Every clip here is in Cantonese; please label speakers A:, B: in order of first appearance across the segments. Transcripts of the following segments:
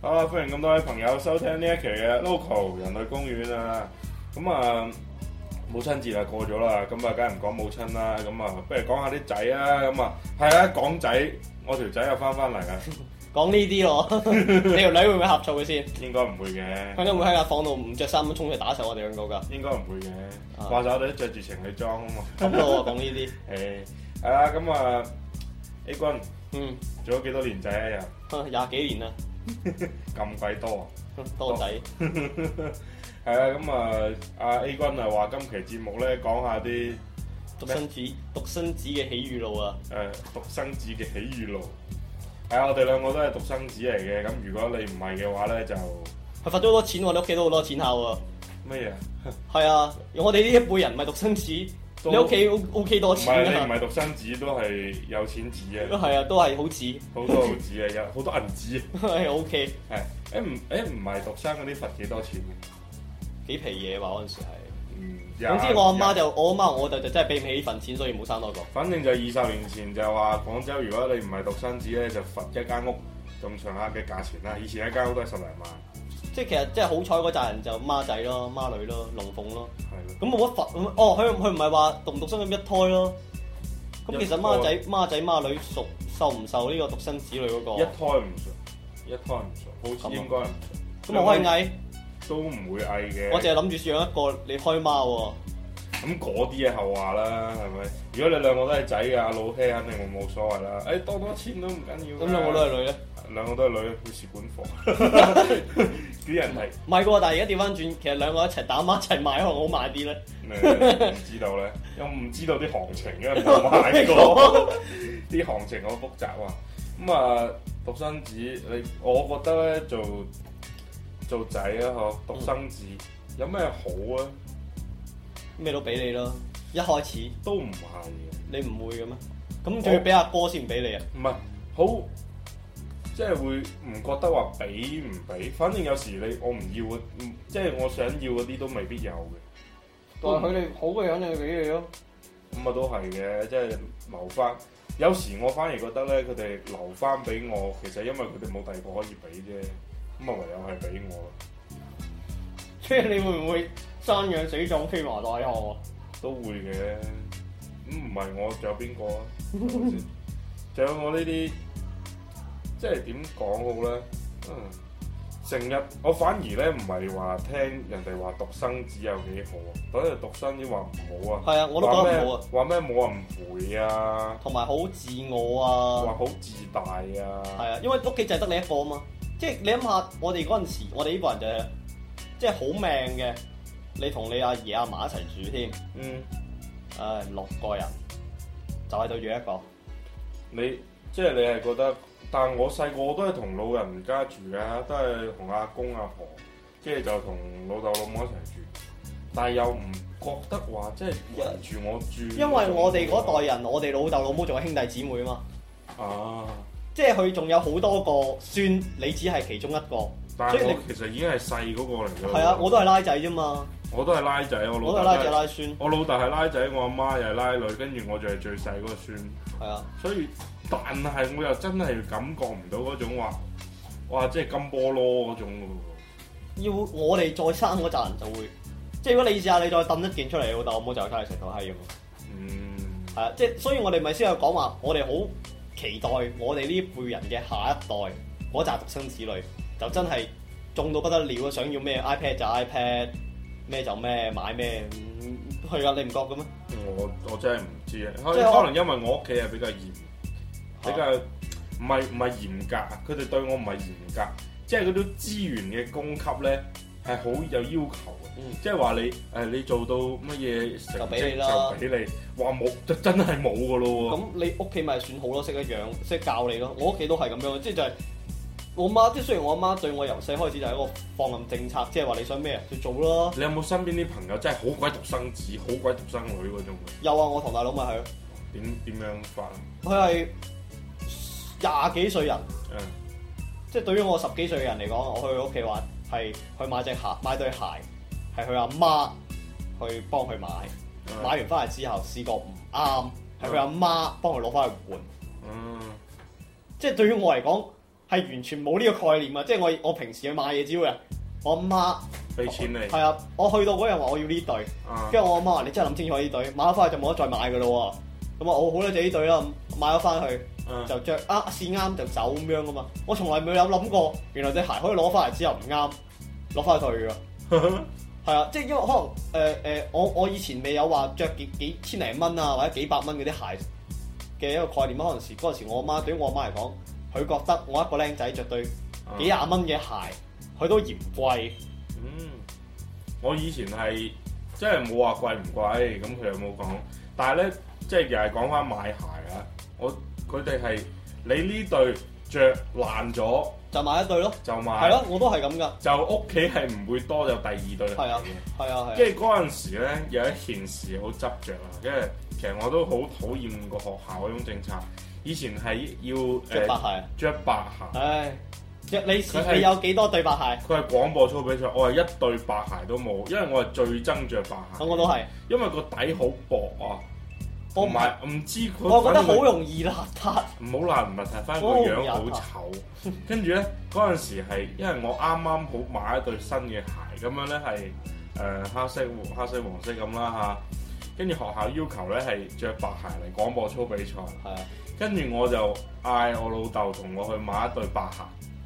A: 好啦，歡迎咁多位朋友收聽呢一期嘅 Local 人類公園啊！咁啊，母親節啊過咗啦，咁啊，梗係唔講母親啦，咁啊，不如講下啲仔啊，咁啊，係啊，講仔，我條仔又翻翻嚟啊，
B: 講呢啲咯， 你條女會唔會呷醋嘅先？
A: 應該唔會
B: 佢
A: 嘅，
B: 都會喺架房度唔着衫咁衝出嚟打手我哋啊兩個㗎。
A: 應該唔會嘅，
B: 啊
A: 話晒我哋都着住情侶裝啊嘛，
B: 咁咯喎，講呢
A: 誒，
B: 啲，
A: 係啦，咁啊，A 君
B: 嗯，
A: 做咗幾多年仔啊？
B: 啊廿幾年啦，嗯
A: 又咁鬼多啊！
B: 多仔。
A: 係啊，咁啊，阿 A 君啊話今期節目咧講下啲
B: 獨生子，獨生子嘅喜與怒啊！
A: 誒呃獨生子嘅喜與怒。係啊，我哋兩個都係獨生子嚟嘅，咁如果你唔係嘅話咧，就
B: 佢罰咗好多錢喎，你屋企都好多錢下喎。
A: 咩嘢啊？
B: 係啊，我哋呢一輩人唔係獨生子，
A: 都
B: 你屋企 O O K 多
A: 唔係
B: 錢
A: 你唔
B: 㗎。
A: 係獨生子都係有錢子
B: 都
A: 嘅，
B: 係啊，都係好子， 哎
A: 好多毫子啊，有好多銀子
B: 係 O K，
A: 啊。係誒唔誒唔係獨生嗰啲罰幾多錢嘅？
B: 幾皮嘢話嗰陣時係。
A: 嗯，
B: 總
A: 總
B: 之我阿媽就我阿媽我就就真係俾唔起呢份錢，所以冇生多個。
A: 反正就二十年前就話廣州，如果你唔係獨生子咧，就罰一間屋咁上下嘅價錢啦。以前一間屋都係十零萬，
B: 即係其實即係好彩嗰扎人就孖仔咯、孖女咯、龍鳳咯。
A: 係咯。
B: 咁冇乜罰咁哦，佢佢唔係話獨唔獨生咁一胎咯。咁其實孖仔
A: 一
B: 孖仔孖女屬受唔受呢個獨生子女嗰、
A: 一胎唔熟，一胎唔熟，好似應該唔熟。
B: 個？啊咁我可以嗌，
A: 都唔會嗌嘅。
B: 我淨係諗住養一個你開孖喎。
A: 咁嗰啲嘢後話啦，係咪？如果你兩個都係仔嘅，阿老希肯定冇冇所謂啦。誒、多多錢都唔緊要㗎。
B: 咁兩個都係女咧？
A: 兩個都係女，會蝕本貨。 啲人係
B: 唔係喎，但係而家調翻轉，其實兩個一齊打孖一齊買，可能好賣啲咧。
A: 誒唔知道咧，又唔知道啲行情嘅，冇 買過。啲行情好複雜啊。咁啊，獨生子，你我覺得咧做做仔啊，嗬，獨生子
B: 嗯
A: 有咩好啊？
B: 咩都俾你咯。一開始
A: 都唔係嘅。
B: 你唔會嘅咩？咁仲要俾阿哥先唔俾你啊？
A: 唔係好，即係會唔覺得話俾唔俾？反正有時你我唔要嘅，嗯即係我想要嗰啲都未必有嘅。都唔
B: 哋好嘅樣就俾你咯。
A: 咁啊都係嘅，即係留翻。有時我反而覺得咧，佢哋留翻俾我，其實因為佢哋冇第二個可以俾啫，咁啊唯有係俾我咯，
B: 即係你會唔會生養死葬飛埋落喺 我？
A: 都會嘅。咁唔係我，仲有邊個啊？係咪 先仲有我呢啲，即係點講好咧？嗯，成日我反而咧唔係話聽人哋話獨生子有幾好啊，等人獨生子話唔好啊，
B: 係啊，我都覺得唔好啊。
A: 話咩話咩冇人陪啊，
B: 同埋好自我啊
A: 話，好自大啊，
B: 係啊，因為屋企就係得你一個啊嘛。即係你諗下，我哋嗰陣時，我哋呢個人就係、即係好命嘅，你同你阿爺阿嫲一齊住添，
A: 嗯，
B: 唉，六個人就係對住一個，
A: 你即係你係覺得，但我細個都係同老人家住嘅，都係同阿公阿婆，跟住就同老豆老母一齊住，但係又唔覺得話即係圍住我住，
B: 因為我哋嗰代人，我哋老豆老母仲有兄弟姊妹啊嘛，
A: 啊。
B: 即係佢仲有好多個孫，你只係其中一個，
A: 但
B: 所以
A: 係
B: 你
A: 我其實已經係細嗰個嚟㗎啦。
B: 係啊，我都係拉仔啫嘛，
A: 我都係拉仔，嗯我
B: 我
A: 老
B: 都
A: 豆
B: 係拉
A: 都
B: 仔
A: 係
B: 拉孫，
A: 我老豆係拉仔，我阿媽又係拉女，跟住我就係最細嗰個孫。
B: 係啊，
A: 所以，但係我又真係感覺唔到嗰種話，哇！即係金菠蘿嗰種㗎
B: 要我哋再生嗰扎人就會，即係如果你試下你再揼一件出嚟，老豆老母就睇你食到閪咁啊。
A: 喎。嗯，
B: 係啊，即係所以我哋咪先有講話，我哋好期待我哋呢輩人嘅下一代嗰扎獨生子女，就真係中到不得了啊！想要咩 iPad 就 iPad，咩就咩買咩，嗯係啊，你唔覺嘅咩？
A: 我我真係唔知啊。可
B: 即係我啊
A: 可能因為我屋企係比較嚴，比較唔係唔係嚴格啊，佢哋對我唔係嚴格，即係嗰啲資源嘅供給咧係好有要求嘅。
B: 嗯，
A: 即係話你誒你做到乜嘢成績
B: 就俾你啦
A: 就俾你，話冇就真係冇噶咯喎。
B: 咁你屋企咪算好咯，識得養，識教你咯。我屋企都係咁樣，即係就係、我媽，即係雖然我媽對我由細開始就係一個放任政策，即係話你想咩啊就做咯。
A: 你有冇身邊啲朋友真係好鬼獨生子、好鬼獨生女嗰種嘅？
B: 有啊，我堂大佬咪係咯，
A: 點點樣發啊？
B: 佢係廿幾歲人。
A: 誒
B: 即係對於我十幾歲嘅人嚟講，我去佢屋企玩係去買隻鞋，買對鞋係佢阿媽去幫佢買，
A: 誒
B: 買完翻嚟之後試過唔啱，係佢阿媽幫佢攞翻去換。
A: 嗯
B: 即係對於我嚟講，係完全冇呢個概念啊！即係我我平時去買嘢只會啊，我阿媽
A: 俾錢你
B: 係啊，我去到嗰日話我要呢對，
A: 啊，
B: 跟住我阿媽話你真係諗清楚呢對，買咗翻去就冇得再買噶咯喎。咁啊，我好啦，就呢對啦，咁買咗翻去
A: 啊
B: 就着啊試啱就走咁樣噶嘛。我從來冇有諗過，原來對鞋可以攞翻嚟之後唔啱，攞翻去退㗎。 係啊，即係因為可能誒誒、呃呃我我以前未有話着幾幾千零蚊啊，或者幾百蚊嗰啲鞋嘅一個概念。可能時嗰陣時，我媽對於我媽嚟講，佢覺得我一個僆仔着對幾
A: 啊
B: 廿蚊嘅鞋，佢都嫌貴。
A: 嗯，我以前係真係冇話貴唔貴，咁佢又冇講。但係咧，即係又係講翻買鞋啊！我佢哋係你呢對着爛咗
B: 就買一對咯，
A: 就
B: 係
A: 買，
B: 咯，我都係咁噶，
A: 就屋企係唔會多有第二對鞋
B: 係啊
A: 嘅。
B: 係啊係啊，
A: 跟住嗰陣時咧，有一件事好執着啊！跟住其實我都好討厭個學校嗰種政策。以前係要
B: 着白
A: 誒
B: 鞋，
A: 著白鞋，
B: 唉，即你
A: 佢係
B: 你有幾多對白鞋？
A: 佢係廣播操比賽，我係一對白鞋都冇，因為我係最憎着白鞋。
B: 咁我都係，
A: 因為個底好薄啊，
B: 我
A: 同
B: 唔
A: 埋唔知佢，
B: 我覺
A: 反
B: 得
A: 正
B: 好容易邋遢，
A: 唔好難唔係睇翻個
B: 我好
A: 樣
B: 有啊
A: 好醜。跟住咧嗰陣時係因為我啱啱好買一對新嘅鞋，咁樣咧係誒黑色黑色黃色咁啦嚇。跟住學校要求咧係着白鞋嚟廣播操比賽，
B: 係啊，
A: 跟住我就嗌我老豆同我去買一對白鞋。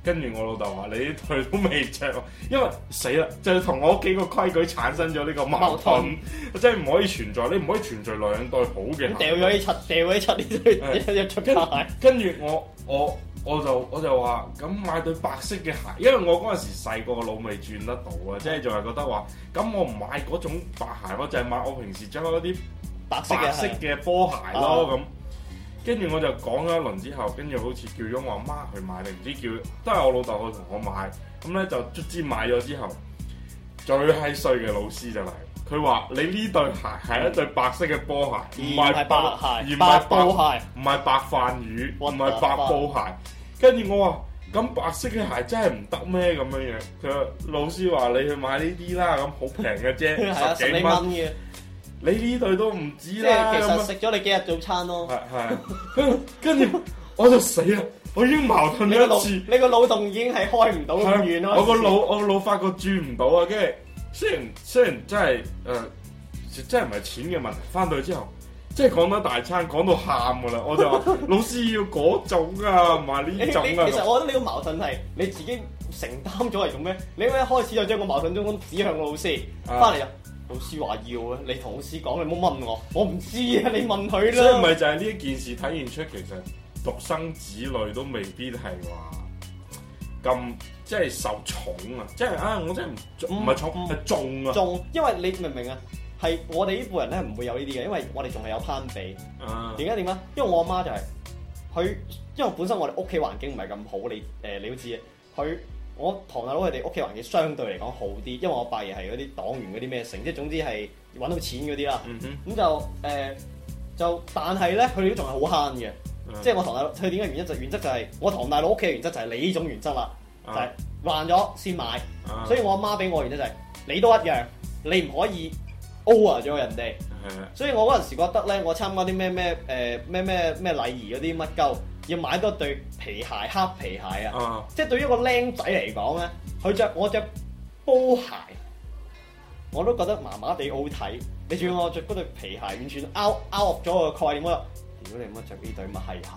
A: 跟住我老豆話：你呢對都未着，因為死啦，就係同我屋企個規矩產生咗呢個矛
B: 矛
A: 盾
B: 盾，
A: 即係唔可以存在，你唔可以存在兩對好嘅鞋
B: 咁。掉咗啲柒，掉咗啲柒呢對
A: 啊係
B: 一出白鞋。
A: 跟住我我我就我就話咁買對白色嘅鞋，因為我嗰陣時細個個腦未轉得到啊，即係仲係覺得話咁我唔買嗰種白鞋，我就係買我平時着嗰啲
B: 白色嘅
A: 白色
B: 係
A: 嘅波鞋
B: 啊
A: 咯咁。跟住我就講咗一輪之後，跟住好似叫咗我阿媽去買定唔知叫，都係我老豆去同我買。咁咧就卒之買咗之後，最閪衰嘅老師就嚟，佢話你呢對鞋係一對白色嘅波鞋，唔係
B: 而嗯唔係白
A: 而
B: 鞋，
A: 唔
B: 白
A: 係白
B: 布鞋。
A: 唔係白飯魚，唔
B: What
A: 係白布鞋。跟住我話：咁白色嘅鞋真係唔得咩？咁樣樣，佢話老師話你去買呢啲啦，咁好平嘅
B: 係啊，
A: 啫，
B: 十
A: 十
B: 幾
A: 幾
B: 蚊
A: 蚊。
B: 嘅，
A: 你呢對都唔
B: 即
A: 止啦，
B: 係其
A: 咁啊
B: 實
A: 樣
B: 食咗你幾日早餐咯。
A: 係係。跟住跟住我就死啦！我已經矛盾
B: 你個
A: 咗一次
B: 腦，，你個腦洞已經係開唔到咁遠咯。
A: 啊我個腦我個腦發覺轉唔到啊！跟住雖然雖然真係誒、呃真係唔係錢嘅問題，翻到去之後。即係講到大餐，講到喊噶啦，我就話老師要嗰種啊，唔係
B: 你
A: 呢
B: 你
A: 種啊。
B: 其實我覺得呢個矛盾係你自己承擔咗嚟做咩？你一開始就將個矛盾中心指向個老師，
A: 啊
B: 翻嚟就老師話要啊，你同老師講，你唔好問我，我唔知啊，你問佢
A: 所以
B: 啦。
A: 咪就係呢一件事體現出，其實獨生子女都未必係話咁即係受寵啊！即係啊，我真係唔
B: 嗯
A: 唔係寵
B: 嗯
A: 係重啊！
B: 仲因為你明唔明啊？係我哋呢輩人咧唔會有呢啲嘅，因為我哋仲係有攀比。
A: 啊
B: 點解點解？因為我阿媽就係、佢，因為本身我哋屋企環境唔係咁好，你誒、你都知嘅。佢我堂大佬佢哋屋企環境相對嚟講好啲，因為我伯爺係嗰啲黨員嗰啲咩成，即係總之係揾到錢嗰啲啦。
A: 嗯
B: 咁就誒、就，但係咧佢哋都仲係好慳嘅，
A: 哼，
B: 即係我堂大佬佢點解原則就原則就係、我堂大佬屋企嘅原則就係你呢種原則啦，就係
A: 啊
B: 爛咗先買。
A: 啊
B: 所以我阿媽俾我原則就係、你都一樣，你唔可以 over 咗人哋。
A: 係啊
B: 所以我嗰陣時覺得咧，我參加啲咩咩誒咩咩咩禮儀嗰啲乜鳩，要買多對皮鞋黑皮鞋啊！
A: 啊
B: 即係對於一個僆仔嚟講咧，佢着我着波鞋，我都覺得麻麻地好睇。你仲要我着嗰對皮鞋，完全 out out 咗個概念我話屌你乜着呢對乜閪鞋？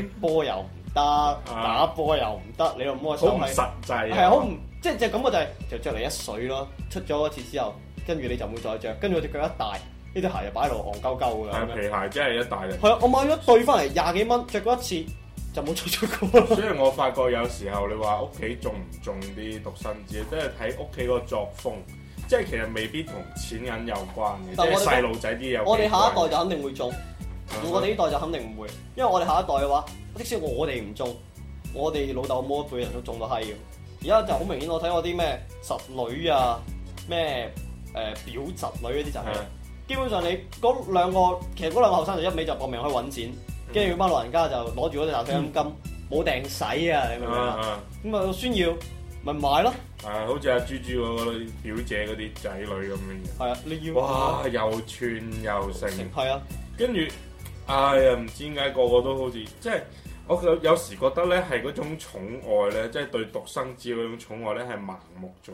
B: 踢波又唔得，打波又唔得，你又唔好
A: 好
B: 手
A: 唔
B: 係
A: 實際
B: 係啊，好唔即係就感覺就係就着嚟一水咯，出咗嗰次之後，跟住你就冇再着，跟住我隻腳一大，呢對鞋就擺落戇鳩鳩
A: 係
B: 㗎啦
A: 啊。皮鞋真係一大 嘅。
B: 係啊，我買咗對翻嚟廿幾蚊，着過一次就冇着出 過啦。
A: 所以我發覺有時候你話屋企重唔重啲獨生子，都係睇屋企個作風，即係其實未必同錢銀有關嘅，即
B: 但
A: 係
B: 我哋
A: 細路仔啲有。
B: 我哋下一代就肯定會中，
A: 嗯
B: 我哋呢代就肯定唔會，因為我哋下一代嘅話，即使我哋唔中，我哋老豆冇一輩人都中到閪咁。而家就好明顯，我睇我啲咩侄女啊，咩誒、呃表侄女嗰啲就係、
A: 係啊
B: 基本上你嗰兩個，其實嗰兩個後生就一味就搏命去揾錢，跟住班老人家就攞住嗰啲大獎金，冇掟使啊！你明唔明啊？
A: 啊
B: 咁啊，孫耀咪買咯，
A: 啊啊！好似阿豬豬嗰啲表姐嗰啲仔女咁樣
B: 係啊，你要
A: 嘅，哇！又串又成，
B: 係啊，
A: 跟住哎呀，唔知點解個個都好似即係我有有時覺得咧係嗰種寵愛咧，即係對獨生子嗰種寵愛咧係盲目咗。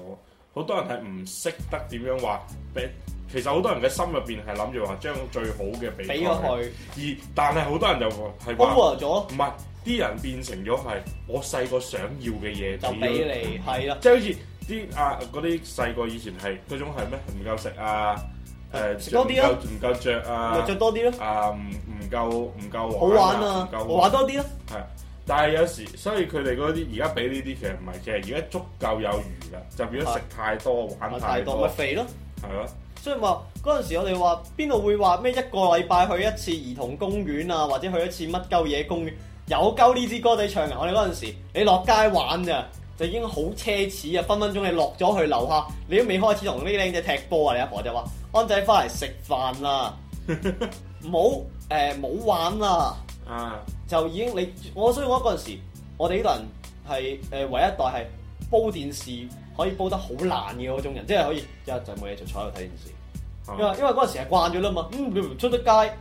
A: 好多人係唔識得點樣話俾，其實好多人嘅心入邊係諗住話將最好嘅俾
B: 俾
A: 佢，
B: 咗佢
A: 而但係好多人就係話
B: over 咗
A: 唔係啲人變成咗係我細個想要嘅嘢
B: 就
A: 咗
B: 俾你，係啦，
A: 即係好似啲啊嗰啲細個以前係嗰種係咩唔夠食啊，誒
B: 食多啲啦
A: 唔夠唔夠著
B: 咪
A: 啊
B: 着，多啲咯，
A: 啊唔唔夠唔夠
B: 好玩啊
A: 唔夠，
B: 我玩多啲咯，
A: 係，但係有時，所以佢哋嗰啲而家俾呢啲其實唔係，其實而家足夠有餘啦，就變咗食太多、玩
B: 咪
A: 太
B: 太多咪
A: 多，
B: 肥咯。
A: 係咯，
B: 所以話嗰陣時，我哋話邊度會話咩一個禮拜去一次兒童公園啊，或者去一次乜鳩嘢公園，有鳩呢支歌仔唱啊！我哋嗰陣時，你落街玩咋，就已經好奢侈啊！分分鐘你落咗去樓下，你都未開始同啲靚仔踢波啊！你阿婆就話：安仔翻嚟食飯啦，唔好誒冇玩啦，
A: 啊，
B: 就已經你我所以我嗰陣時，我哋呢代人係誒、呃唯一一代係煲電視可以煲得好爛嘅嗰種人，即係可以一日就冇嘢就坐喺度睇電視。
A: 啊
B: 因為因為嗰陣時係慣咗啦嘛，嗯，你唔出得街，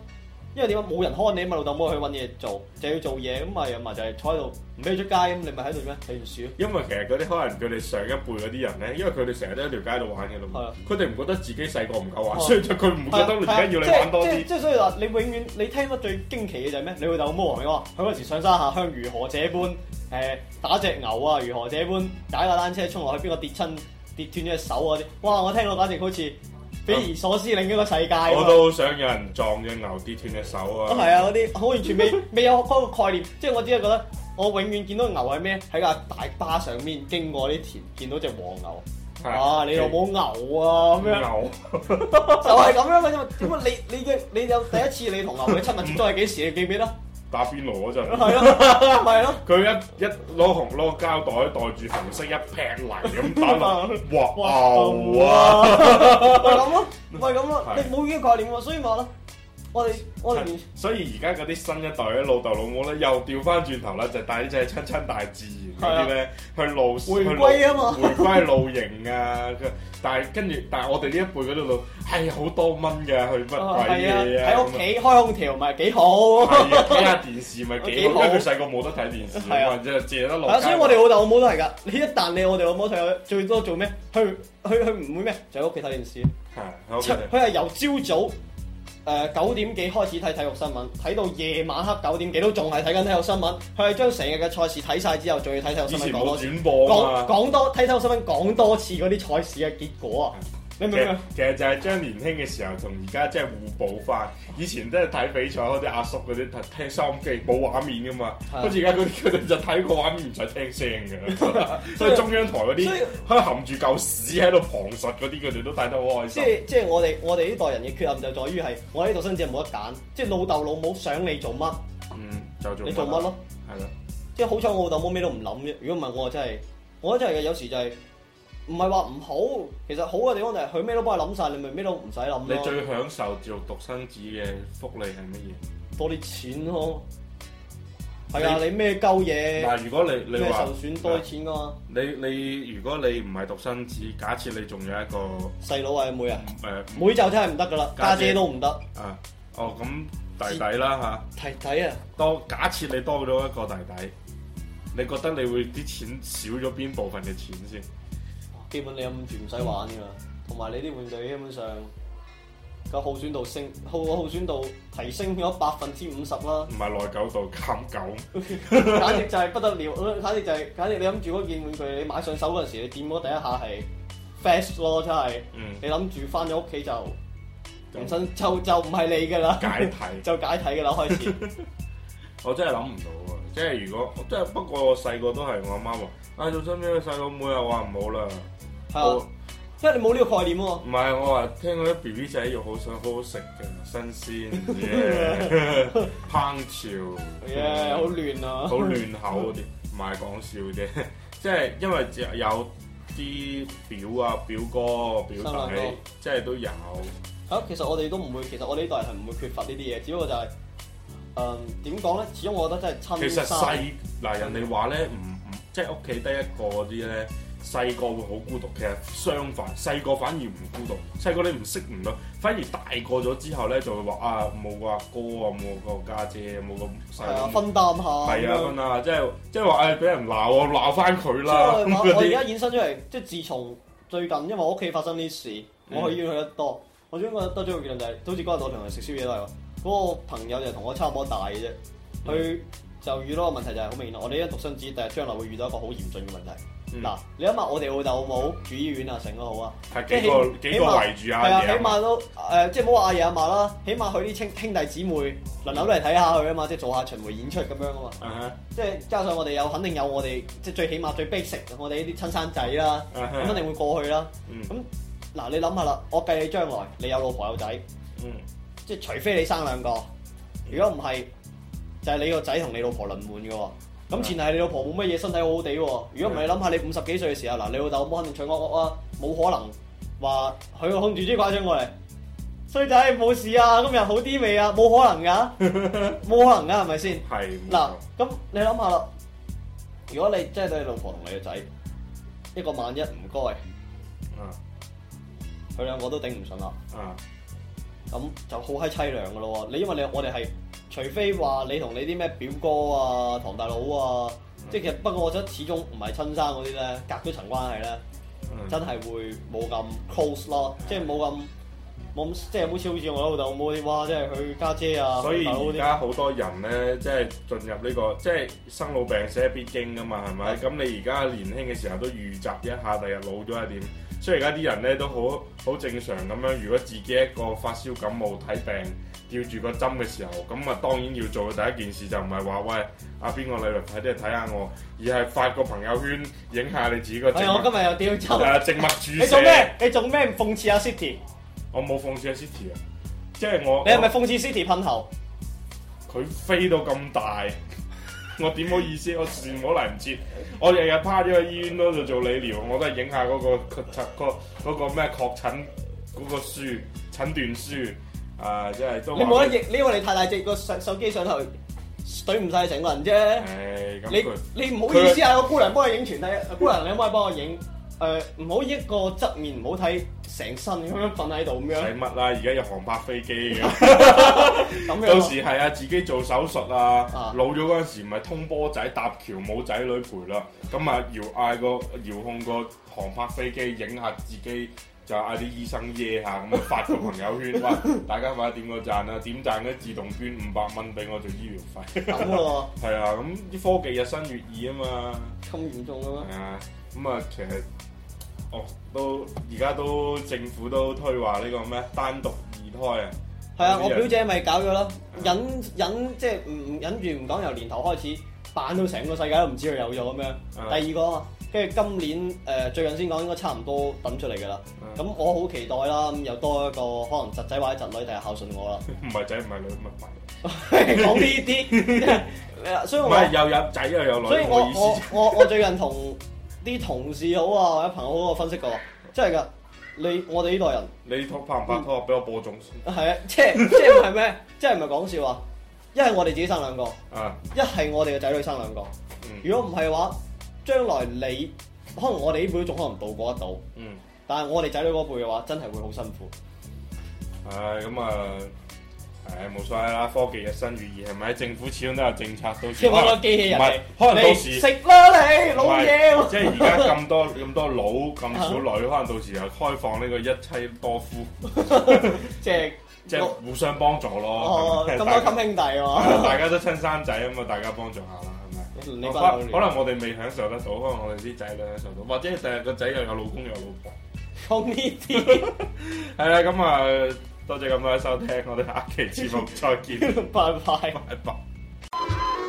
B: 因為點解冇人看你啊嘛，老豆冇去揾嘢做，就要做嘢，咁咪咪就係坐喺度唔俾你出街，咁你咪喺度咩睇電視咯。
A: 因為其實嗰啲可能佢哋上一輩嗰啲人咧，因為佢哋成日都喺條街度玩嘅
B: 係
A: 咯
B: 啊，
A: 佢哋唔覺得自己細個唔夠玩，
B: 係啊
A: 所以就佢唔覺得而家要你玩多
B: 係啊即係
A: 啲，
B: 即係所以話，你永遠你聽得最驚奇嘅就係咩？你老豆冇同你講話，佢嗰時上山下鄉如何這般，誒、打只牛啊，如何這般，踩架單車衝落去，邊個跌親跌斷咗隻手啊啲，哇！我聽到簡直好似匪夷所思另一個世界咁
A: 我
B: 啊
A: 都好想有人撞只牛跌斷隻手
B: 啊
A: 啊！
B: 係啊，嗰啲我完全未 未有嗰個概念，即係我只係覺得我永遠見到牛係咩？喺架大巴上面經過啲田，見到只黃牛，
A: 係嗯
B: 啊你老母牛啊咁樣，
A: 牛
B: 就係咁樣嘅啫嘛。點解你你嘅你有第一次你同牛嘅親密接觸係幾時？你記唔記 得？
A: 打邊爐嗰陣。
B: 係咯，咪係咯。
A: 佢一一攞紅攞膠袋袋住紅色一劈泥咁打落， 哇牛啊！
B: 哇！咪咁咯，咪咁咯，
A: 嗯係
B: 你冇呢個概念喎，所以咪話咯，我哋我哋
A: 係所以而家嗰啲新一代咧，老豆老母咧又調翻轉頭啦，就帶啲仔親親大自然嗰啲咧去露
B: 啊回歸啊嘛
A: 去露回歸露營啊！佢但係跟住，但係我哋呢一輩嗰啲老係好多蚊㗎，去乜
B: 啊
A: 鬼
B: 係啊，
A: 嘢
B: 喺屋企開空調咪幾好。
A: 係啊睇下電視咪幾
B: 幾好
A: 好，因為佢細個冇得睇電視
B: 係
A: 啊
B: 啊
A: 嘛，就借得落
B: 係啊，
A: 街。
B: 所以我哋老豆老母都係㗎。你一旦你我哋老母睇，最多做咩？佢佢佢唔會咩？就喺屋企睇電視。
A: 係喺屋企
B: 出佢係由朝早誒九、點幾開始睇體育新聞，睇到夜晚黑九點幾都仲係睇緊體育新聞。佢係將成日嘅賽事睇晒之後，仲要睇體育
A: 以
B: 新聞
A: 前
B: 講多
A: 冇
B: 次，
A: 轉播啊嘛。
B: 講講多睇體育新聞講多次嗰啲賽事嘅結果啊！你明唔
A: 其實
B: 明啊？
A: 其實就係將年輕嘅時候同而家即係互補翻。以前都係睇比賽嗰啲阿叔嗰啲睇聽收音機冇畫面噶嘛，
B: 係
A: 好似而家嗰啲佢 哋就睇個畫面唔使聽聲㗎啦。 所
B: 所以
A: 以中央台嗰啲
B: 所以
A: 可以含住嚿屎喺度旁述嗰啲，佢哋都睇得好開
B: 即
A: 心。
B: 係即係我哋我哋呢代人嘅缺陷就在於係我哋呢度生至冇得揀，即係老豆老母想你做乜
A: 嗯，就做
B: 你做乜？咯。
A: 係啦，
B: 即係好彩我老豆冇咩都唔諗啫。如果唔係我真係，我真係嘅有時就係唔係話唔好，其實好嘅地方就係佢咩都幫你諗晒，你咪咩都唔使諗咯。
A: 你最享受做獨生子嘅福利係乜嘢？
B: 多啲錢咯，係啊，你咩鳩嘢，
A: 嗱，如果你你
B: 咩
A: 話
B: 受損多啲錢噶嘛？
A: 你你如果你唔係獨生子，假設你仲有一個
B: 細佬或者妹啊，
A: 誒
B: 妹就真係唔得噶啦，
A: 家
B: 家
A: 姐
B: 姐都唔得，
A: 啊哦咁弟弟啦嚇。
B: 弟弟啊，
A: 多假設你多咗一個弟弟，你覺得你會啲錢少咗邊部分嘅錢先？
B: 基本你諗住唔使玩噶啦，同埋你啲玩具基本上個耗損度升，耗耗損度提升咗百分之五十啦。
A: 唔係內疚度減九，
B: 簡直就係不得了，簡直就係、簡直你諗住嗰件玩具，你買上手嗰陣時，你掂嗰第一下係 fast 咯，真係
A: 嗯，
B: 你諗住翻咗屋企就唔新就就唔係你㗎啦，
A: 解體。
B: 就解體㗎啦開始，
A: 我真係諗唔到啊！即係如果，即係不過我細個都係我阿媽話：，啊做身邊嘅細佬妹啊，我話唔好啦。
B: 係
A: 我
B: 啊，因為你冇呢個概念喎，
A: 唔係我話聽嗰啲 B B 仔肉好想好好食嘅，新鮮嘅，烹嗯
B: 耶，
A: 調
B: 好，亂啊，
A: 好亂口嗰啲，唔係講笑啫。 即係因為有啲表啊、表哥、表
B: 新兩
A: 弟
B: 個，
A: 即係都有。
B: 係啊，其實我哋都唔會，其實我哋呢代人係唔會缺乏呢啲嘢，只不過就係誒點講咧，始終我覺得真係親
A: 其實
B: 生
A: 細嗱人哋話咧，唔唔即係屋企得一個嗰啲咧，細個會好孤獨，其實相反，細個反而唔孤獨，細個你唔識唔到，反而大個咗之後咧就會話啊冇個阿哥啊，冇個家姐，冇個細
B: 係啊，
A: 佬，
B: 分擔下。
A: 係
B: 咁樣
A: 啊，分啊，即係即係話誒俾人鬧我鬧翻佢
B: 所以
A: 啦
B: 我
A: 咁
B: 話
A: 嗰
B: 我而
A: 啲，
B: 家衍生出嚟，即係自從最近，因為我屋企發生啲事，我去醫院去得多，我想我得咗個結論就係、好似嗰日我同人食宵夜都係喎，嗰、個朋友就同我差唔多大嘅啫，佢就遇到個問題就係好明顯啦，我哋一獨生子，第日將來會遇到一個好嚴峻嘅問題。
A: 嗯
B: 嗱、你諗下我哋老豆老母住醫院啊，成都好啊，
A: 係
B: 即係
A: 幾個幾個圍住阿
B: 係啊，起
A: 爺啊，
B: 碼都誒、即係唔好話阿爺阿嫲啦，起碼佢啲兄兄弟姊妹輪流都嚟睇下佢啊嘛，即係做下巡迴演出咁樣啊
A: 啊
B: 嘛。
A: 哈
B: 即係加上我哋有肯定有我哋即係最起碼最 basic 我哋呢啲親生仔啦，
A: 啊
B: 咁肯
A: 哈，
B: 定會過去啦。
A: 嗯
B: 咁嗱，你諗下啦，我計你將來你有老婆有仔，
A: 嗯
B: 即係除非你生兩個，如果唔係就係你個仔同你老婆輪換嘅喎。咁前提係你老婆冇乜嘢，身體好好地喎。如果唔係，你諗下你五十幾歲嘅時候，嗱，你老豆老母肯定娶我屋啊，冇可能話佢個控住支拐杖過嚟，衰仔冇事啊，今日好啲未啊？冇可能㗎，冇可能㗎，係咪先？
A: 係冇
B: 嗱
A: 錯，
B: 咁你諗下啦，如果你真係對你老婆同你個仔，一個萬一唔該，佢
A: 啊
B: 兩個都頂唔順啦，
A: 啊
B: 咁就好閪凄涼噶咯喎！你因為你我哋係，除非話你同你啲咩表哥啊、堂大佬啊，
A: 嗯
B: 即係其實不過我覺得始終唔係親生嗰啲咧，隔咗層關係咧，
A: 嗯
B: 真係會冇咁 close 咯，即係冇咁冇咁即係好似好似我老豆老母啲，哇！即係佢家姐啊、
A: 所以
B: 堂大佬
A: 而
B: 嗰啲，
A: 家好多人咧，即係進入呢、個即係生老病死必經噶嘛，係咪？咁你而家年輕嘅時候都預習一下，第日老咗係點？所以而家啲人咧都好好正常咁樣，如果自己一個發燒感冒睇病，吊住個針嘅時候，咁啊當然要做嘅第一件事就唔係話喂啊邊個你嚟快啲嚟睇下我，而係發個朋友圈影下你自己個靜
B: 係哎我
A: 脈
B: 今日又屌 走。
A: 誒靜脈注
B: 你做
A: 射。
B: 咩？你做咩唔諷刺阿 City？
A: 我冇放肆啊 City 啊，即係我
B: 你係咪諷刺 City 噴頭？
A: 佢飛到咁大， 我點好意思？我全部嚟唔切，我日日趴咗喺醫院嗰度做理療，我都係影下嗰個確診嗰嗰個咩確診嗰個書診斷書啊，即係都
B: 你冇得
A: 影。
B: 逆，你因為你太大隻個手手機上頭懟唔晒成個人啫。
A: 唉，咁
B: 啊你
A: 佢
B: 你唔好意思啊，個姑娘幫你影全體，姑娘你可唔可以幫我影？誒唔好一個側面，唔好睇成身咁樣瞓喺度咁樣，
A: 使乜啦？而家有航拍飛機嘅。
B: 咁樣
A: 到
B: 咯。
A: 時係啊，自己做手術啊，
B: 啊
A: 老咗嗰陣時咪通波仔搭橋冇仔女陪啦，咁啊搖嗌個遙控個航拍飛機影下自己，就嗌啲醫生耶下，咁啊發個朋友圈， 哇！大家快啲點個贊啦，點贊咧自動捐五百蚊俾我做醫療費，
B: 咁咯
A: 係啊，咁啲科技日新月異啊嘛，
B: 喎，咁嚴重嘅咩？
A: 係啊，咁啊其實哦都而家都政府都推話呢個咩單獨二胎啊，
B: 係啊，
A: 呢啲
B: 我
A: 人
B: 表姐咪搞咗咯，忍忍即係唔唔忍住唔講，由年頭開始扮到成個世界都唔知佢有咗咁
A: 啊
B: 樣。第二個，跟住今年誒、呃最近先講，應該差唔多抌出嚟㗎啦。
A: 啊
B: 咁我好期待啦，咁又多一個可能侄仔或者侄女，第日孝順 我啦。
A: 唔係仔唔係女咪唔係。
B: 講呢啲，誒所以
A: 唔
B: 我
A: 係又有仔又有女，
B: 所以我
A: 冇意
B: 我
A: 思。
B: 我我最近同啲同事好啊或者朋友好我分析過，真係㗎。你我哋呢代人。
A: 你拖拍唔拍拖啊？俾我播種先
B: 係啊，即係即係唔係咩？即係唔係講笑啊！一係我哋自己生兩個，
A: 啊！
B: 一係我哋嘅仔女生兩個。
A: 嗯
B: 如果唔係嘅話，將來你可能我哋呢輩仲可能度過得到，
A: 嗯，
B: 但係我哋仔女嗰輩嘅話，真係會好辛苦。
A: 唉咁啊，唉冇所謂啦，科技日新月異係咪？政府始終都有政策到
B: 即
A: 時
B: 係揾個機器人
A: 唔係
B: 嚟，
A: 可能到時
B: 你食啦你老
A: 唔係
B: 嘢，
A: 即係而家咁多咁多佬咁少女，可能到時又開放呢個一妻多夫，
B: 即係
A: 即係互相幫助咯。
B: 哦
A: 係咪
B: 咁多
A: 大家
B: 襟兄弟喎。
A: 係大家都親生仔咁啊，大家幫助下啦，係咪？
B: 你
A: 可
B: 關
A: 可
B: 我
A: 能
B: 可能
A: 我哋未享受得到，可能我哋啲仔女享受到，或者第日個仔又有老公又有老婆。
B: 講呢啲，
A: 係啦，咁啊，多謝咁多位收聽，我哋下期節目再 見，
B: 拜拜。
A: 拜拜。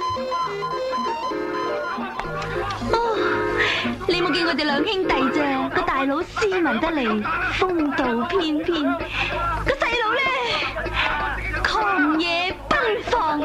C: 哦你冇見我哋兩兄弟啫，個大佬斯文得嚟，風度翩翩；個細佬咧，狂野奔放。